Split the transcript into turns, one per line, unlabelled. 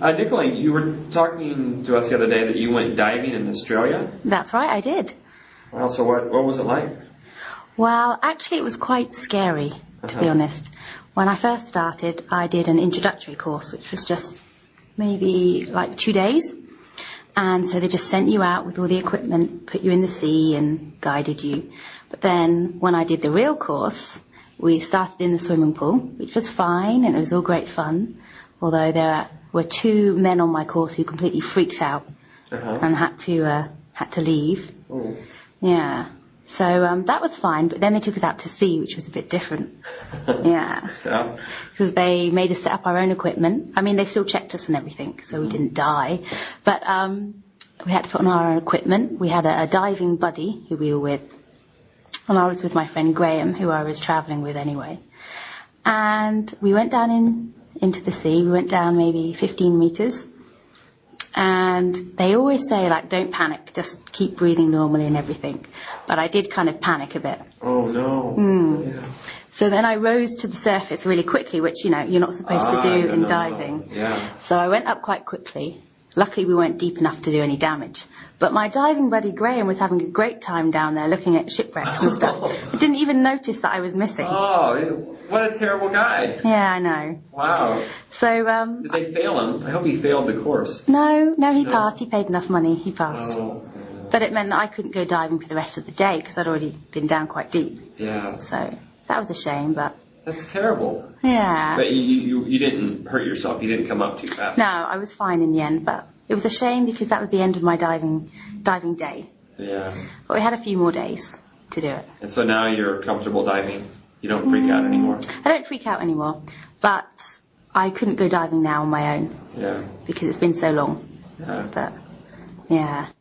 Uh, Nicolene, you were talking to us the other day that you went diving in Australia.
That's right, I did.
Well, so what, what was it like?
Well, actually, it was quite scary, to
Uh-huh.
be honest. When I first started, I did an introductory course, which was just maybe like two days. And so they just sent you out with all the equipment, put you in the sea, and guided you. But then when I did the real course, we started in the swimming pool, which was fine, and it was all great fun. Although there were two men on my course who completely freaked out
Uh-huh.
and had to uh, had to leave.
Oh.
Yeah. So um, that was fine, but then they took us out to sea, which was a bit different. Yeah.
Yeah.
Because they made us set up our own equipment. I mean, they still checked us and everything, so we didn't die. But um, we had to put on our own equipment. We had a, a diving buddy who we were with. And I was with my friend Graham, who I was travelling with anyway. And we went down in into the sea. We went down maybe 15 metres. And they always say, like, don't panic, just keep breathing normally and everything. But I did kind of panic a bit.
Oh, no.
Hmm.
Yeah.
So then I rose to the surface really quickly, which you know you're not supposed
Ah,
to do
no,
in
no, no.
diving.
Yeah.
So I went up quite quickly. Luckily, we weren't deep enough to do any damage. But my diving buddy Graham was having a great time down there, looking at shipwrecks and stuff. I didn't even notice that I was missing.
Oh, what a terrible guy.
Yeah, I know.
Wow.
So um,
Did they fail him? I hope he failed the course.
no, no, he
No.
passed. He paid enough money. He passed.
Oh,
But it meant that I couldn't go diving for the rest of the day because I'd already been down quite deep.
yeah.
So that was a shame. But
That's terrible.
yeah.
But you, you, you didn't hurt yourself. You didn't come up too fast.
No, I was fine in the end, but it was a shame because that was the end of my diving diving day.
Yeah.
But we had a few more days to do it.
And so now you're comfortable diving. You don't freak out anymore.
I don't freak out anymore, but I couldn't go diving now on my own
Yeah.
because it's been so long.
Yeah.
But yeah,